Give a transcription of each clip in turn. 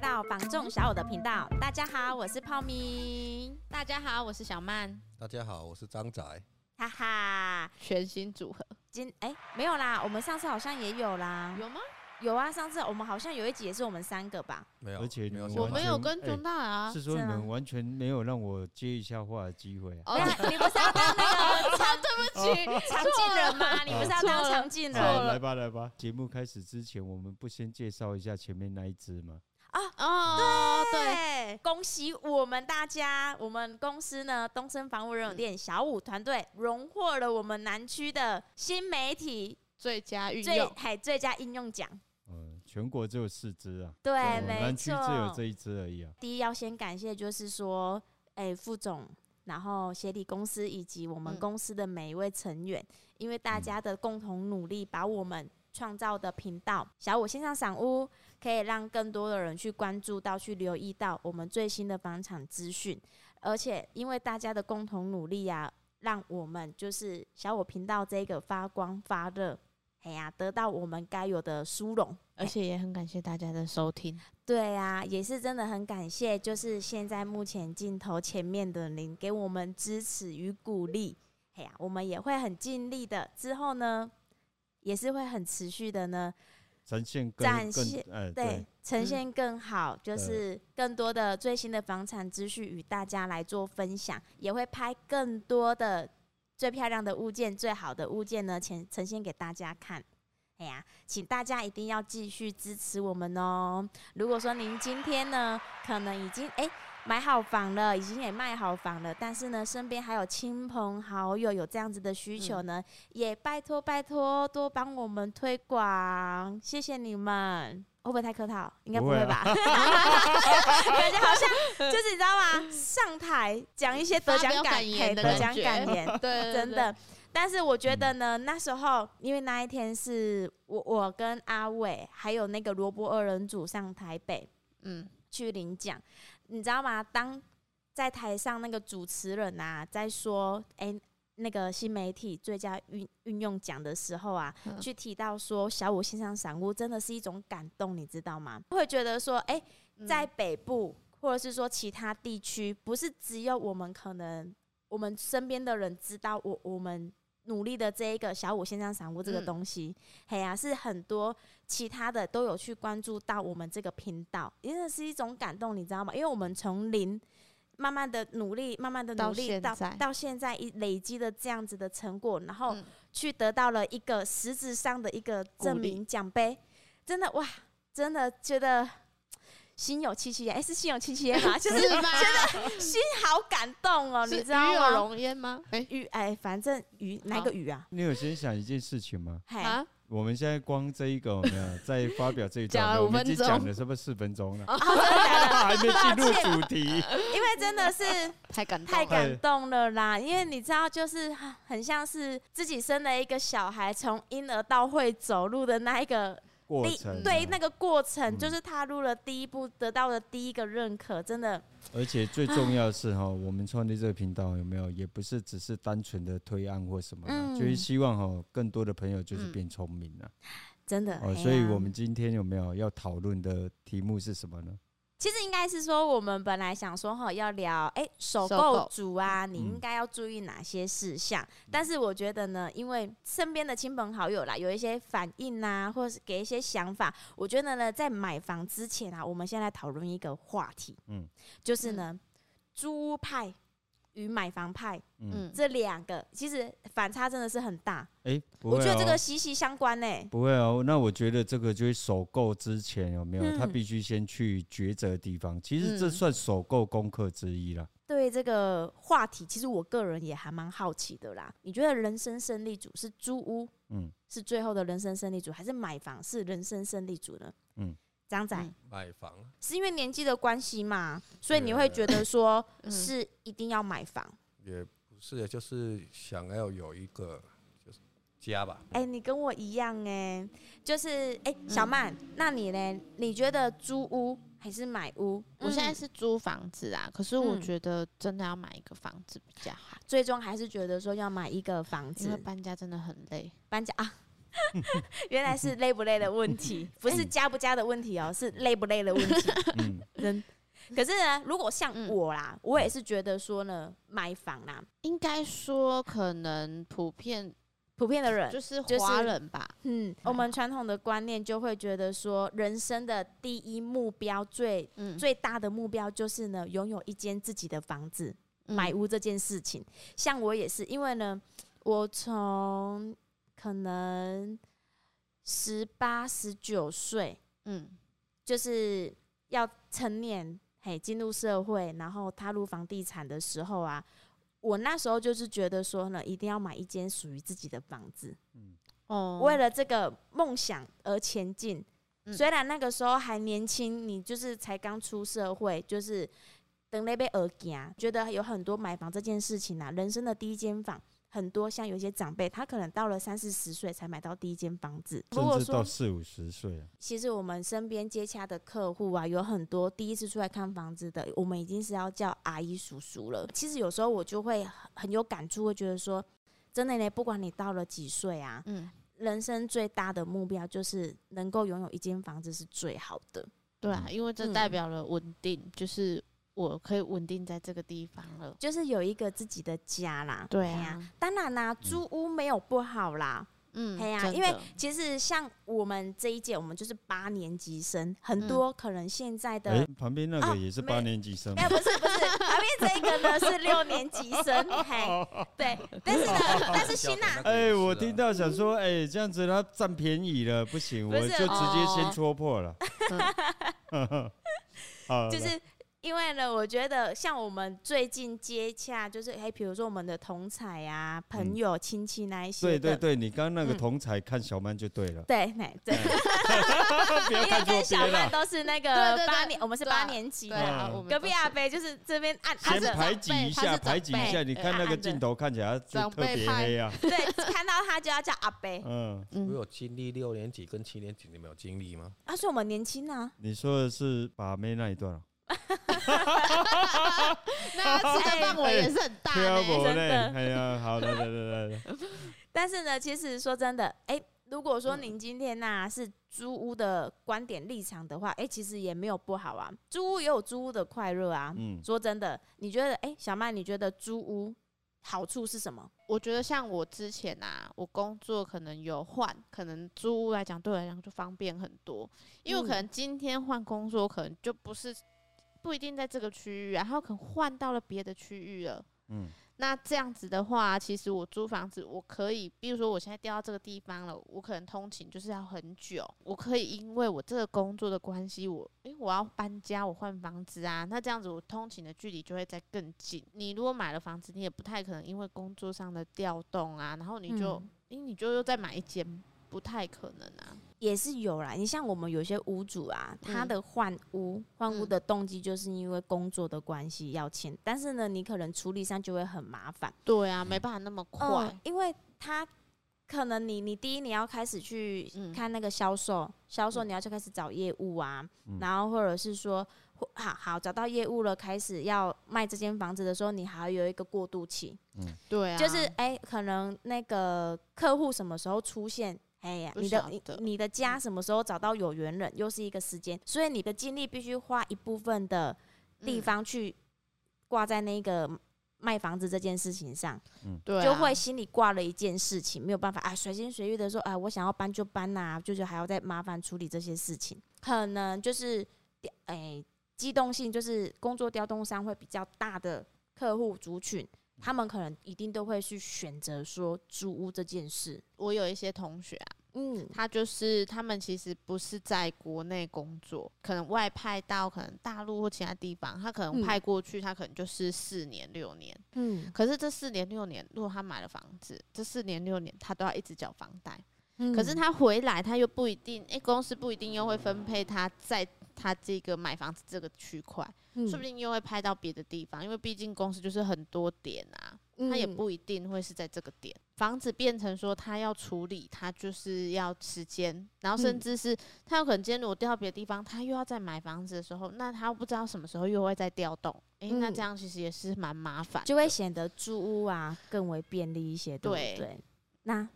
到房仲小五的频道。大家好，我是泡咪，大家好，我是小曼，大家好，我是张仔。哈哈。全新组合今哎、没有啦，我们上次好像也有啦，有吗？有啊，上次我们好像有一集也是我们三个吧？没有，而且没有你想我法没有跟钟大啊是，说你这样们完全没有让我接一下话的机会、啊。哦没有，你不是要当那个常对不起， 常进人吗？你不是要当常进人错了好，来吧，来吧。节目开始之前，我们不先介绍一下前面那一支吗？哦，对，对，恭喜我们大家！我们公司呢，东升房屋人有店小五团队荣获了我们南区的新媒体最佳运最用，还最佳应用奖。嗯，全国只有四支啊，对，我们哎没南区错。只有这一支而已啊。第一要先感谢，就是说，哎、副总，然后协理公司以及我们嗯公司的每一位成员，因为大家的共同努力，把我们创造的频道“小五线上赏屋”可以让更多的人去关注到、去留意到我们最新的房产资讯，而且因为大家的共同努力啊，让我们就是小五频道这个发光发热。哎呀，得到我们该有的殊荣，而且也很感谢大家的收听，对啊，也是真的很感谢，就是现在目前镜头前面的您给我们支持与鼓励。哎呀、我们也会很尽力的，之后呢，也是会很持续的呢，展现展更更现呃对对，，呈现更好，就是更多的最新的房产资讯与大家来做分享，也会拍更多的最漂亮的物件、最好的物件呢，呈呈现给大家看。哎呀，请大家一定要继续支持我们哦！如果说您今天呢，可能已经哎、买好房了，已经也卖好房了，但是呢，身边还有亲朋好友有这样子的需求呢，也拜托拜托多帮我们推广，谢谢你们。会不会太客套？应该不不会会啊吧？ 感觉好像就是你知道吗？上台讲一些得奖发表感言嘿的得奖感觉感言， 对，对真，的。但是我觉得呢，那时候因为那一天是我我跟阿伟还有那个萝卜二人组上台北对嗯，去领奖，你知道吗？当在台上那个主持人啊在说，哎、那个新媒体最佳运运用奖的时候啊，嗯去提到说小五线上赏屋真的是一种感动，你知道吗？会觉得说，哎、嗯在北部，或者是说其他地区，不是只有我们可能我们身边的人知道我我们努力的这一个小五线上赏屋这个嗯东西，嘿呀、是很多其他的都有去关注到我们这个频道，因为是一种感动，你知道吗？因为我们从零。慢慢的努力，慢慢的努到力，现到在到现在一累积的这样子的成果，然后嗯去得到了一个实质上的一个证鼓励明奖杯，真的哇，真的觉得心有戚戚焉，哎、是心有戚戚焉 吗？就是啊是吗？心好感动哦，你是知道鱼有吗？容焉吗？哎，鱼哎，反正鱼哪一个鱼啊？你有先想一件事情吗？嘿，啊，我们现在光这一个有没有在发表这一段讲了有没有，我们五已分经钟讲了差不多四分钟了，啊 还没进入歉主题。因为真的是太感动太了，感动了啦！因为你知道，就是很像是自己生了一个小孩，从婴儿到会走路的那一个过历程啊对那个过程，嗯就是踏入了第一步，得到了第一个认可，真的而且最重要的是哈，我们创立这个频道有没有，也不是只是单纯的推案或什么啦，嗯就是希望哈更多的朋友就是变聪明了、真的。哎哦。所以呀我们今天有没有要讨论的题目是什么呢？其实应该是说，我们本来想说哈，要聊哎、首首购购族啊，嗯你应该要注意哪些事项？但是我觉得呢，因为身边的亲朋好友啦，有一些反应啊，或是给一些想法，我觉得呢，在买房之前啊，我们先来讨论一个话题，嗯嗯，就是呢，租屋派与买房派嗯，嗯，这两个，其实反差真的是很大，哎、不会、我哦、觉得这个息息相关呢、欸不会哦，那我觉得这个就是首购之前有没有，嗯他必须先去抉择地方。其实这嗯算首购功课之一啦。对这个话题，其实我个人也还蛮好奇的啦。你觉得人生胜利组是租屋，嗯嗯，是最后的人生胜利组，还是买房是人生胜利组呢？嗯嗯，张仔、嗯买房，是因为年纪的关系嘛，所以你对会觉得说嗯是一定要买房。也不是，就是想要有一个就是家吧。哦哎、你跟我一样哎、就是哎、小嗯曼，那你呢？你觉得租屋还是买屋？我现在嗯是租房子啊，可是我嗯觉得真的要买一个房子比较好，最终还是觉得说要买一个房因子为搬家真的很累。 搬家啊，原来是累不累的问嗯题，不哎是加不加的问题哦，是累不累的问 题。嗯，人，可是呢，如果像嗯我啦，我也是觉得说呢，买房啊啦，应该说可能普遍普遍的人，呃就是就是华人吧，嗯，我们传统的观念就会觉得说，人生的第一目标最嗯，最大的目标就是呢，拥有一间自己的房子。嗯买屋这件事情。像我也是，因为呢，我从可能十八、十九岁，嗯就是要成年，嘿，进入社会，然后踏入房地产的时候啊，我那时候就是觉得说呢，一定要买一间属于自己的房子，哦，为了这个梦想而前进。嗯虽然那个时候还年轻，你就是才刚出社会，就是等那边耳行，啊觉得有很多买房这件事情啊，人生的第一间房，很多像有一些长辈，他可能到了三四十岁才买到第一间房子。 如甚果至说到四五十岁啊了，其实我们身边接洽的客户啊，有很多第一次出来看房子的，我们已经是要叫阿姨叔叔了。其实有时候我就会很很有感触，会觉得说，真的呢，不管你到了几岁啊，嗯，人生最大的目标就是能够拥有一间房子是最好的。对啊，因为这代嗯表了稳定，就是我可以稳定在这个地方了。就是有一个自己的家啦。对嘿啊，当然啦，租屋没有不好啦。嗯，嘿呀、真因为的其实像我们这一届，我们就是八年级生，嗯很多可能现在的。哎，旁边那啊个也是没八年级生吗哎、，不是不是，旁边这一个呢是六年级生，嘿，对，但是呢，但是啊辛娜娜，哎，我听到想说，哎，这样子他占便宜了，不行，不我是就直接哦先戳破了。好，就来是因为呢，我觉得像我们最近接洽，就是哎，比如说我们的同彩啊、朋嗯友、亲戚那一些对的，对对，你刚刚那嗯个同彩看小曼就对了，对，哎对，不要 因为看啊错跟小别曼人，都是那对个对对呃八年，我们是对啊八年级对啊，嗯我们隔壁都阿是伯就是这边按他按是先着，排挤他一下，是长辈排挤一下，你看哎那个按着镜头看起来就长特辈别派黑啊，对，看到他就要叫阿伯。嗯，我嗯，有经历六年级跟七年级，你们有经历吗？啊，所以我们年轻啊，你说的是把妹那一段啊？那哎他吃的范围也是很大对啊，呢。我真嘞，的哎呀，好来来来来，但是呢，其实说真的，哎、如果嗯说您今天呐、是租屋的观点立场的话，哎、其实也没有不好啊，租屋也有租屋的快乐啊。 嗯，说真的，你觉得，哎、小曼，你觉得租屋好处是什么？我觉得像我之前啊，我工作可能有换，可能租屋来讲对我来讲就方便很多，因为我可能今天换工作，可能就不是不一定在这个区域啊，然后可能换到了别的区域了。嗯，那这样子的话，其实我租房子，我可以，比如说我现在调到这个地方了，我可能通勤就是要很久，我可以因为我这个工作的关系，我诶、我要搬家，我换房子啊，那这样子我通勤的距离就会再更近。你如果买了房子，你也不太可能因为工作上的调动啊，然后你就嗯诶、你就又再买一间，不太可能啊。也是有啦，你像我们有些屋主啊，他嗯的换屋换屋嗯的动机就是因为工作的关系要签，但是呢，你可能处理上就会很麻烦。对啊，没办法那么快。嗯，因为他可能你你第一你要开始去嗯看那个销售，销售你要就开始找业务啊，嗯然后或者是说，或好好找到业务了，开始要卖这间房子的时候，你还有一个过渡期，对啊，就是哎、可能那个客户什么时候出现。哎呀，不你晓的你得你的家什么时候找到有缘人，又是一个时间，所以你的精力必须花一部分的地嗯、方去挂在那个卖房子这件事情上。对啊、就会心里挂了一件事情，没有办法啊，随心随意的说啊，我想要搬就搬呐、就是还要再麻烦处理这些事情，可能就是哎、机动性就是工作调动商会比较大的客户族群，他们可能一定都会去选择说租屋这件事。我有一些同学啊嗯，他就是他们其实不是在国内工作，可能外派到可能大陆或其他地方，他可能嗯派过去，他可能就是四年六年。嗯可是这四年六年，如果他买了房子，这四年六年他都要一直缴房贷。嗯可是他回来，他又不一定，诶、公司不一定又会分配他在他这个买房子这个区块，嗯说不定又会派到别的地方，因为毕竟公司就是很多点啊。他也嗯不一定会是在这个点。房子变成说他要处理，他就是要时间，然后甚嗯至是他有可能今天如果调到别的地方，他又要再买房子的时候，那他不知道什么时候又会再调动，诶、那嗯这样其实也是蛮麻烦的，就会显得租屋啊更为便利一些，对不对对？那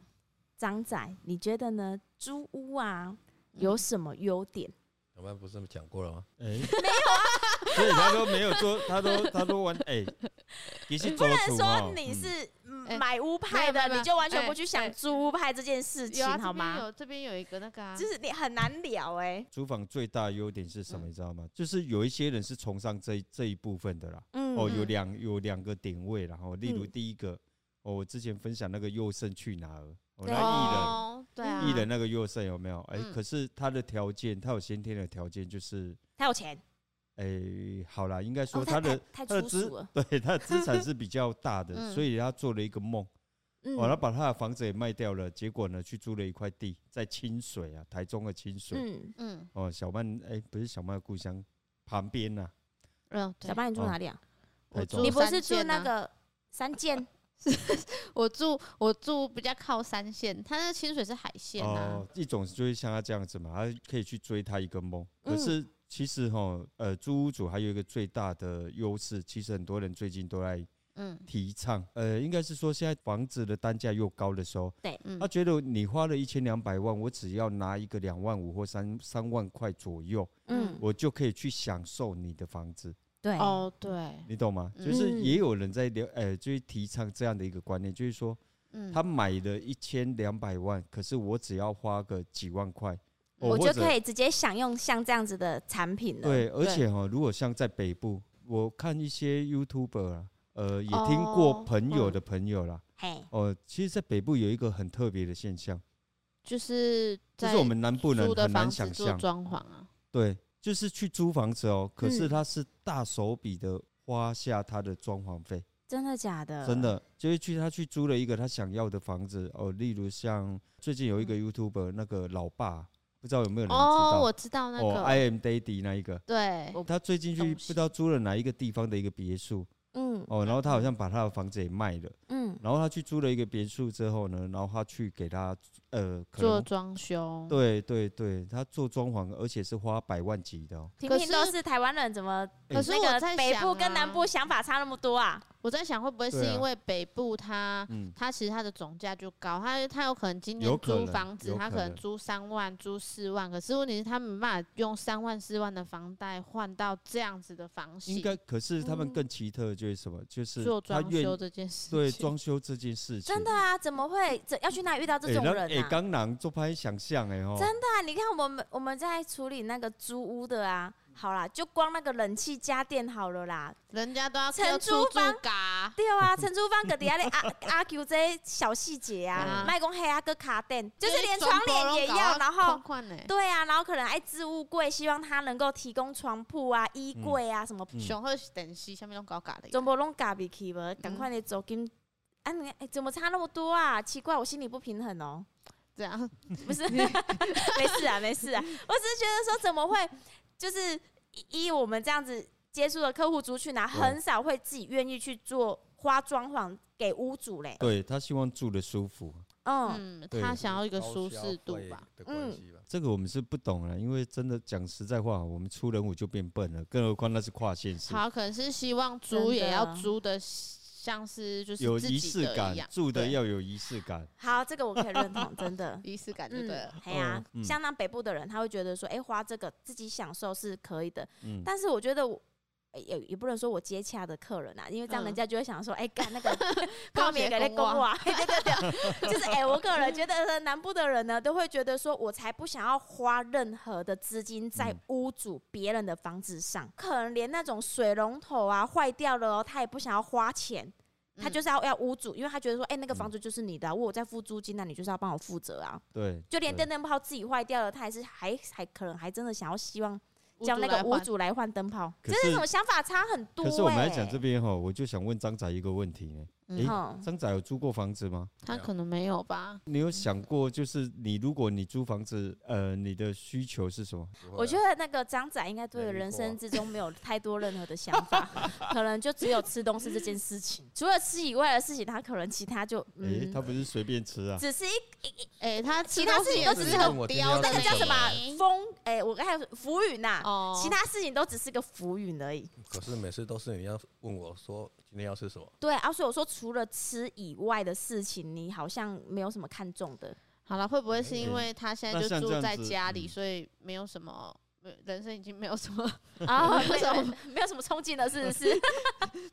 张仔，你觉得呢？租屋啊有什么优点？我们不是讲过了吗？哎、没有啊，所以他都没有做，他都他都玩哎，你是不做能主说你是哎嗯买屋派没有的，没有没有你就完全不哎去想哎租屋派这件事情有啊，，好这边吗？有这边有一个那个啊，就是你很难聊哎，租房最大的优点是什么？嗯你知道吗？就是有一些人是崇尚这一这一部分的啦。嗯哦，有嗯两有两个点位啦，然后例如嗯第一个，哦，我之前分享那个佑胜去哪儿，哦，对那哦，对啊，艺人艺人那个佑胜有没有？哎，嗯可是他的条件，他有先天的条件，就是他有钱，哎，好啦，应该哦说他的太太他的粗资俗了，对他的 资产是比较大 的，嗯所以他做了一个梦。嗯哦，他把他的房子也卖掉了，结果呢，去租了一块地，在清水啊，台中的清水，嗯，嗯哦，小曼，哎、不是小曼的故乡旁边呐、嗯，对小八你住哦哪里啊？我台住中哦你不是三住线那啊个三建？我住我住比较靠山线，它那清水是海线啊哦，，一种就是像他这样子嘛，他可以去追他一个梦。可嗯是其实哈，呃，租屋主还有一个最大的优势，其实很多人最近都在嗯提倡，呃，应该是说现在房子的单价又高的时候，嗯他觉得你花了一千两百万，我只要拿一个两万五或三三万块左右，嗯，我就可以去享受你的房子。对，哦对，你懂吗？嗯就是也有人在聊，呃，就是提倡这样的一个观念，就是说嗯，他买了一千两百万，可是我只要花个几万块，哦我或就者可以直接享用像这样子的产品了。对，而且哈、如果像在北部，我看一些 YouTuber 啊，呃，也听过哦朋友嗯的朋友啦，嘿，哦、其实，在北部有一个很特别的现象，就是就在是我们南部人租的很房难子想做象，装潢啊，对，就是去租房子哦，可是嗯他是大手笔的花下他的装潢费。真的假嗯的？真，的就是去他去租了一个他想要的房子哦，例如像最近有一个 YouTuber 那个老爸，不知道有没有人知嗯哦，道我知道那哦，I 个， am Daddy 那一个，对，他最近去东不知道租了哪一个地方的一个别墅嗯哦，然后他好像把他的房子也卖了，嗯，然后他去租了一个别墅之后呢，然后他去给他呃，可做能装修，对对对，他做装潢，而且是花百万级的、哦，听可听都是是台湾人怎么可是那我个在北想部跟南啊部想法差那么多啊？我在想会不会是对啊因为北部它嗯，它其实它的总价就高，它它有可能今有年可租能房子，有它可可能能租三万、租四万，可是问题是他没办法用三万、四万的房贷换到这样子的房型，应该可是他们嗯更奇特的就是什么，就是做他装愿修这件事情，对装修这件事情，真的啊，怎么会？这要去哪里遇到这欸种那人欸啊？刚狼做拍想象哎哦，真的啊，你看我们我们在处理那个租屋的啊，好啦，就光那个冷气家电好了啦，人家都要承要租出租房嘎，对啊，承租方个底下咧 阿阿 Q 这些小细节啊嗯，卖公黑啊个卡垫，就是连窗帘也要，然后换呢，对啊，然后可能爱置物柜，希望它能够提供床铺啊、衣柜啊什么，嗯熊鹤等西下面弄搞嘎的，全部拢加比起无，赶快的走进。啊，你哎、怎么差那么多啊？奇怪，我心里不平衡哦。这样不是， 没事啊，没事啊。我只是觉得说，怎么会就是依依我们这样子接触的客户族群啊，对很少会自己愿意去做花装潢给屋主嘞。对他希望住的舒服，嗯，嗯，对他就想要一个高舒消适度费吧，的关系吧。这个我们是不懂啊了，因为真的讲实在话，我们出人我就变笨了，更何况那是跨县市，好，可能是希望真租的也要租的像是就是有自仪己式的一感样，住的对要有仪式感，好，这个我可以认同，真 的。仪式感就嗯对了，，哎呀哦，嗯相当北部的人，他会觉得说，哎，花这个自己享受是可以的。嗯，但是我觉得我呃也也不能说我接洽的客人啊，因为这样嗯人家就会想说，哎，干那个泡面给那公公啊， 对对对， 就是哎，我个人觉得南部的人呢，都会觉得说我才不想要花任何的资金在嗯屋主别人的房子上，可能连那种水龙头啊坏掉了哦，他也不想要花钱。他嗯就是要要屋主，因为他觉得说，哎、那个房子就是你的、啊，我有在付租金那、你就是要帮我负责啊。欸对，就连对电灯泡自己坏掉了，他还是还还可能还真的想要希望屋叫主那个来屋换主来换灯泡，可真的是这种想法差很多、欸。可是我们来讲这边哈，我就想问张仔一个问题呢，嗯诶哼张仔有租过房子吗？他可能没有吧，你有想过就是你如果你租房子，呃，你的需求是什么？不会啊嗯我觉得那个张仔应该对没遇人过生啊之中没有太多任何的想 法，可能就只有吃东西这件事情。除了吃以外的事情，他可能其他就诶，嗯，他不是随便吃啊，只是一哎，他其吃他东事西情也都是只很是问我今天刁要的那个叫什么啊呢风，哎、我刚才有浮云呐、哦，其他事情都只是个浮云而已。可是每次都是你要问我说今天要吃什么，啊对啊，所以我说除了吃以外的事情，你好像没有什么看重的。好了，会不会是对因为他现在哎那就像这住样在子家里，嗯所以没有什么，没有人生已经没有什么啊，为什么 没没有什么冲劲了，是不 是？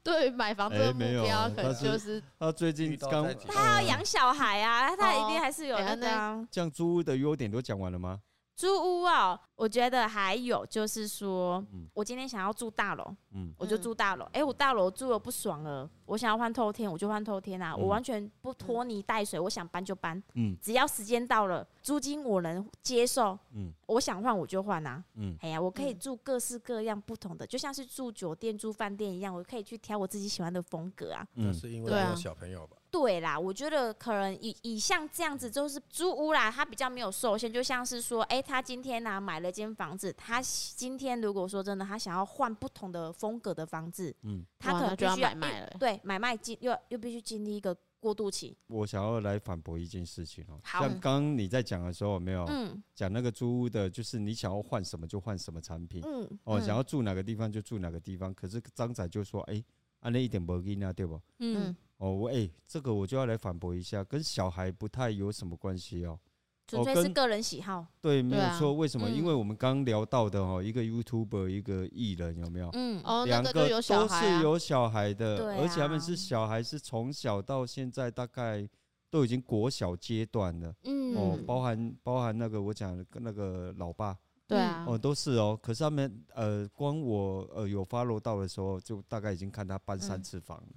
对于买房这哎个没有目标，啊可他能就是是他最近遇到刚在几呃个他还要养小孩啊，他一定哦还是有等下那个啊这样租屋的优点都讲完了吗？租屋哦。我觉得还有就是说嗯，我今天想要住大楼，嗯，我就嗯住大楼。哎，我大楼住了不爽了，我想要换透天，我就换透天啊，我嗯完全不拖泥带水，我想搬就搬，嗯只要时间到了，租金我能接受，嗯我想换我就换啊。嗯，哎呀，我可以嗯住各式各样不同的，就像是住酒店、住饭店一样，我可以去挑我自己喜欢的风格啊。那嗯是因为对没啊有小朋友吧？对啦，我觉得可能以以像这样子，就是租屋啦，他比较没有受限，就像是说，哎、他今天呢、买了间房子，他今天如果说真的，他想要换不同的风格的房子，嗯，他哇可那能必就要须要买卖了。对买卖经又又必须经历一个过渡期。我想要来反驳一件事情哦，好像刚刚你在讲的时候，有没有嗯讲那个租屋的，就是你想要换什么就换什么产品，嗯嗯哦，想要住哪个地方就住哪个地方。可是张仔就说，哎，啊那一点不一啊，对不？嗯，哦，我哎、这个我就要来反驳一下，跟小孩不太有什么关系哦。纯哦粹是跟哦个人喜好。对，没对有啊错。为什么？因嗯为我们刚聊到的哦，一个 YouTuber，一个艺人，有没有？嗯哦，那两个个就有小都孩是啊，有小孩对的，而且他们啊是小孩，是从小到现在大概都已经国小阶段了。嗯哦，包含包含那个我讲的那个老爸对啊，嗯哦，都是哦。可是他们呃，光我呃有 follow 到的时候，就大概已经看他搬三嗯次房了。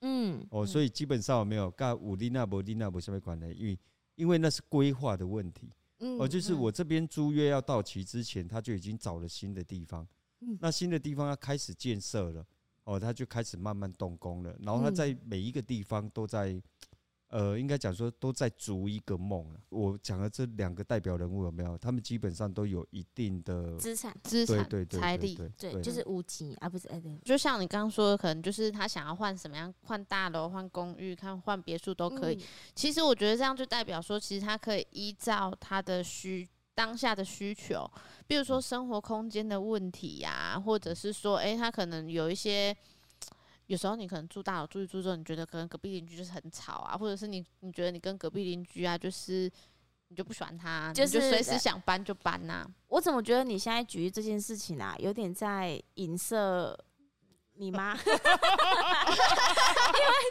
嗯哦，所以基本上没有干五利那伯利那伯下面管的，因为因为那是规划的问题。嗯哦，就是嗯我这边租约要到期之前，他就已经找了新的地方嗯，那新的地方要开始建设了，哦，他就开始慢慢动工了。然后他嗯在每一个地方都在，呃，应该讲说都在逐一个梦了。我讲的这两个代表人物有没有？他们基本上都有一定的资产，资对产对对财对力。对对，就对是无极啊，不是哎对。就像你刚刚说的，可能就是他想要换什么样，换大楼、换公寓、看换别墅都嗯可以。其实我觉得这样就代表说，其实他可以依照他的需当下的需求，比如说嗯生活空间的问题呀、或者是说，诶，他可能有一些。有时候你可能住大楼住一住之后，你觉得可能隔壁邻居就是很吵啊，或者是你你觉得你跟隔壁邻居啊，就是你就不喜欢他啊，你就就是随时想搬就 搬呐、我怎么觉得你现在举例这件事情啊，有点在影射你妈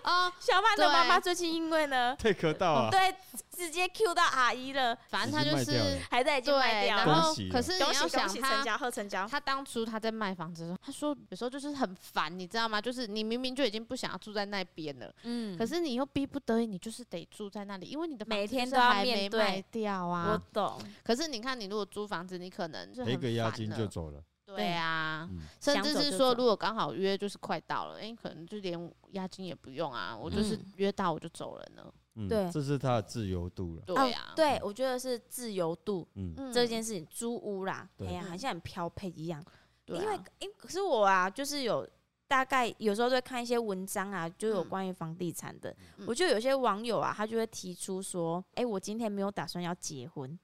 哦，小曼的对妈妈最近因为呢， take 到啊，哦对，直接 Q 到阿姨了，反正他已经就卖掉了是还在已经卖对，掉然了。后恭喜可啊是你恭要喜想恭喜，他成交，贺成交。他当初他在卖房子的时候，他说有时候就是很烦，你知道吗？就是你明明就已经不想要住在那边了，嗯可是你又逼不得已，你就是得住在那里，因为你的房每子天就是都要还面没对卖掉我啊。懂，可是你看，你如果租房子，你可能是赔个很押烦金就了走了。对啊，嗯甚想至走是就说，走如果刚好约就是快到了，哎、可能就连押金也不用啊，我就是嗯约到我就走人了。嗯，对这是他的自由度了。对哦啊，对我觉得是自由度嗯，嗯这件事情，租屋啦，对哎呀，好像很飘配一样。对因为啊因可是我啊，就是有大概有时候就会看一些文章啊，就有嗯关于房地产的。嗯我觉得有些网友啊，他就会提出说：“哎、我今天没有打算要结婚，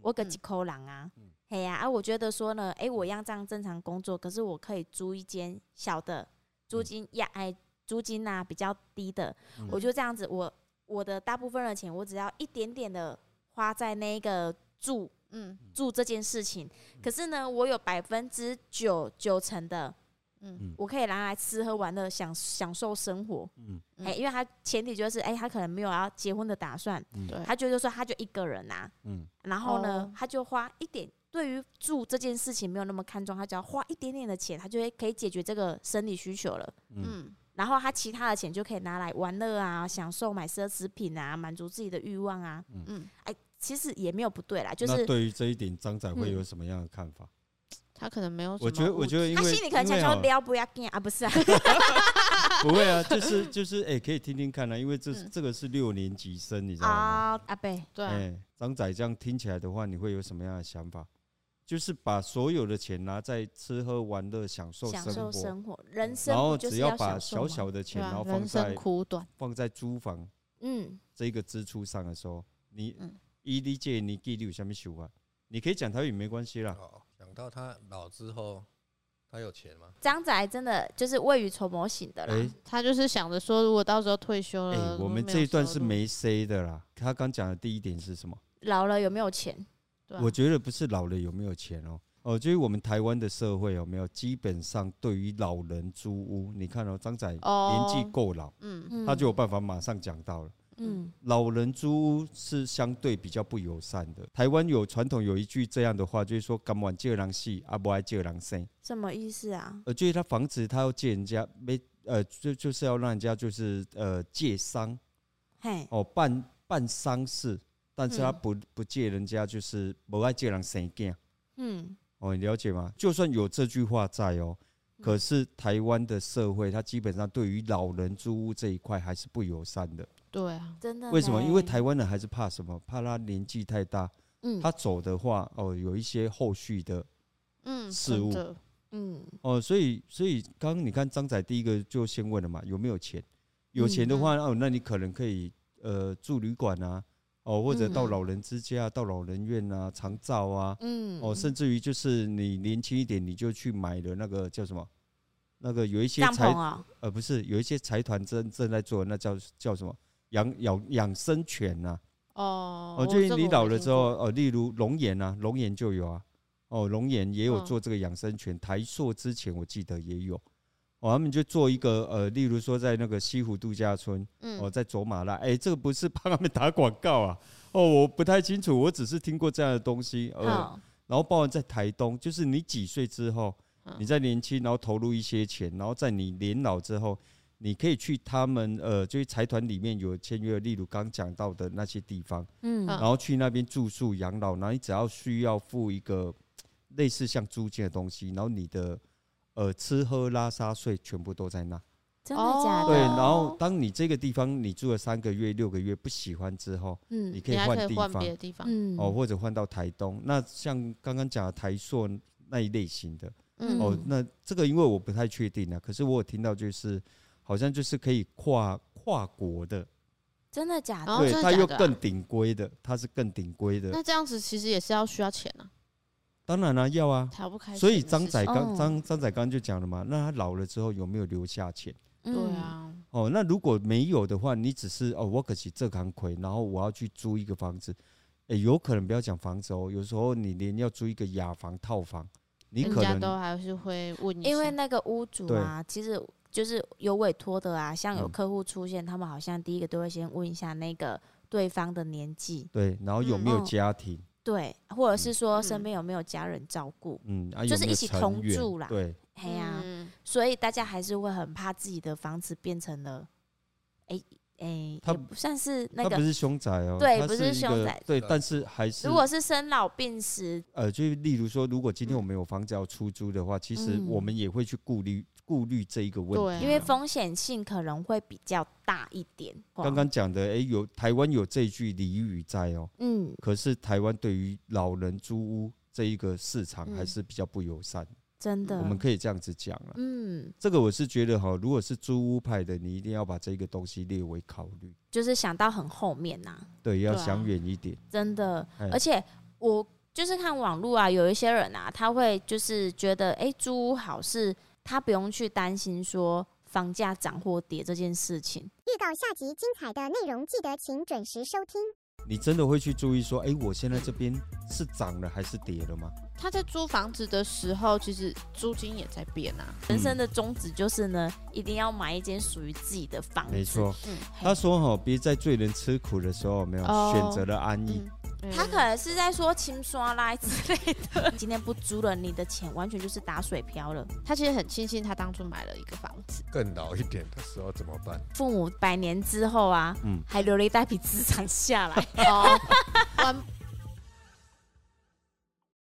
我个嗯几口狼啊。嗯嘿呀、啊，我觉得说呢，哎、我一样这样正常工作，可是我可以租一间小的，租嗯金呀，哎、租金呐、比较低的，嗯我就这样子，我我的大部分的钱，我只要一点点的花在那个住嗯住这件事情。嗯可是呢，我有百分之九九成的，嗯嗯我可以拿来吃喝玩乐，享享受生活。嗯哎、嗯因为他前提就是，哎、他可能没有要结婚的打算，嗯对他觉得说他就一个人啊，嗯然后呢，哦他就花一点。对于住这件事情没有那么看重，他只要花一点点的钱，他就会可以解决这个生理需求了。嗯嗯然后他其他的钱就可以拿来玩乐啊、享受、买奢侈品啊、满足自己的欲望啊。嗯，其实也没有不对啦，就那是对于这一点，张仔会嗯有什么样的看法？他可能没哦有什么物质，我觉得，我觉得，因他为心里可能因想为说哦撩不要紧啊，不是啊？ 不会啊，就是就是，哎、可以听听看啊，因为这、嗯这个是六年级生，你知道吗？啊，阿贝，对哎、啊、张仔这样听起来的话，你会有什么样的想法？就是把所有的钱拿在吃喝玩乐、享受享受生活，生活，人生然后不就只是要把享受小吗小的钱，对啊然后放人生在苦短，放在租房嗯，这个支出上的时候，你嗯一理解你给你有什么想法？你可以讲台语没关系啦，哦，想到他老之后，他有钱吗？张仔真的就是未雨绸缪型的哎、啦，他就是想着说，如果到时候退休哎、了，我如果们呃没这有一段收是入没 C 的啦。他刚讲的第一点是什么？老了有没有钱？对啊我觉得不是老了有没有钱哦，哦，就是我们台湾的社会哦有没有，基本上对于老人租屋，你看哦，张仔年哦纪够老，嗯嗯，他就有办法马上讲到了。嗯老人租屋是相对比较不友善的。台湾有传统有一句这样的话，就是说“甘愿借人死，啊不爱借人生什么意思啊”。？呃，就是他房子他要借人家没呃，就就是要让人家就是呃借丧嘿，哦办办丧事，但是他嗯不、不借人家就是不爱借人生囝嗯哦，你了解吗？就算有这句话在哦。嗯可是台湾的社会，它基本上对于老人租屋这一块还是不友善的。对啊，真的为什么？因为嘞台湾人还是怕什么？怕他年纪太大，嗯他走的话，哦，有一些后续的嗯，事真物的嗯哦，所以所以刚刚你看张仔第一个就先问了嘛，有没有钱？嗯有钱的话，哦，那你可能可以呃住旅馆啊，哦，或者到嗯老人之家、到老人院啊、长照啊，嗯哦，甚至于就是你年轻一点，你就去买了那个叫什么？那个有一些帐财篷啊哦，呃不是有一些财团正正在做，那叫叫什么养养养生犬呐、哦。哦，我就是这个你我老没了听之过后，呃，例如龙岩啊，龙岩就有啊，哦，龙岩也有嗯做这个养生泉，台塑之前我记得也有，哦，他们就做一个呃，例如说在那个西湖度假村，哦，嗯，在走马拉，哎、这个不是帮他们打广告啊，哦，我不太清楚，我只是听过这样的东西，呃，好，然后包含在台东，就是你几岁之后，嗯你在年轻，然后投入一些钱，然后在你年老之后，你可以去他们呃，就是财团里面有签约，例如刚讲到的那些地方，嗯嗯然后去那边住宿养老，然后你只要需要付一个类似像租金的东西，然后你的呃吃喝拉撒睡全部都在那。真的假的？哦对，然后当你这个地方你住了三个月、六个月不喜欢之后，你嗯可以你还换可地以换方别的地方。嗯哦，或者换到台东。那像刚刚讲的台塑那一类型的。嗯，哦嗯，那这个因为我不太确定啊，可是我有听到就是好像就是可以跨跨国的，真的假然哦后的？对，真的它假又的啊更顶规的，它是更顶规的。那这样子其实也是要需要钱啊，当然啦、要啊。逃不开钱的事情。所以张仔哦刚张张仔刚就讲了嘛，那他老了之后有没有留下钱？嗯对，啊，哦，那如果没有的话，你只是哦，我可惜这行亏，然后我要去租一个房子，诶，有可能不要讲房子哦，有时候你连要租一个雅房、套房，你人可家都能还是会嗯问一下，因为那个屋主啊，其实就是有委托的啊，像有嗯客户出现，他们好像第一个都会先问一下那个对方的年纪，对，然后有没有嗯家庭，对，或者是说身嗯边有没有家人照顾，嗯，啊，就有是没一有起成同员住啦对，嘿哎呀，嗯所以大家还是会很怕自己的房子变成了，哎哎，他也不算是那他不个。是凶宅哦，对他不是是一凶个宅对，但是还是如果是生老病死，呃，就是例如说，如果今天嗯我们有房子要出租的话，其实嗯我们也会去顾虑顾虑这一个问对题。因啊，为风险性可能会比较大一点。刚刚讲的，诶，有台湾有这句俚语在哦，嗯，可是台湾对于老人租屋这一个市场还嗯是比较不友善，真的，我们可以这样子讲了。嗯，这个我是觉得哈，如果是租屋派的，你一定要把这个东西列为考虑，就是想到很后面呐、对，要对啊想远一点。真的哎。而且我就是看网络啊，有一些人啊，他会就是觉得，哎、租屋好是他不用去担心说房价涨或跌这件事情。预告下集精彩的内容，记得请准时收听。你真的会去注意说，诶，我现在这边是涨了还是跌了吗？他在租房子的时候，其实租金也在变啊。人嗯生的宗旨就是呢，一定要买一间属于自己的房子。没错，嗯他说哈，别在最人吃苦的时候有没有、哦选择了安逸。嗯，嗯他可能是在说清刷啦之类的。 今天不租了，你的钱完全就是打水漂了。他其实很庆幸他当初买了一个房 子，更老一点的时候怎么办？父母百年之后啊，嗯还留了一大笔资产下来。哦，完